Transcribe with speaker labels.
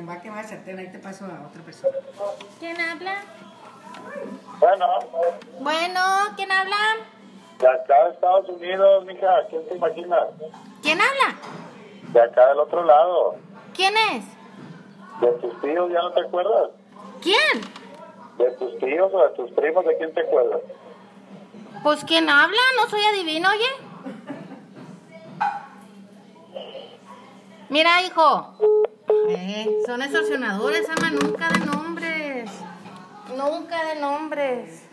Speaker 1: a Sartén, ahí te paso a otra persona.
Speaker 2: ¿Quién habla?
Speaker 3: Bueno,
Speaker 2: Bueno, ¿quién habla?
Speaker 3: de acá de Estados Unidos, mija, ¿quién te imaginas?
Speaker 2: ¿Quién habla?
Speaker 3: De acá del otro lado,
Speaker 2: ¿Quién es?
Speaker 3: de tus tíos, ¿ya no te acuerdas?
Speaker 2: ¿Quién?
Speaker 3: ¿De tus tíos o de tus primos, de quién te acuerdas?
Speaker 2: Pues ¿quién habla? No soy adivino, oye. Mira, hijo. Eh, son extorsionadores, ama, nunca de nombres. Nunca de nombres.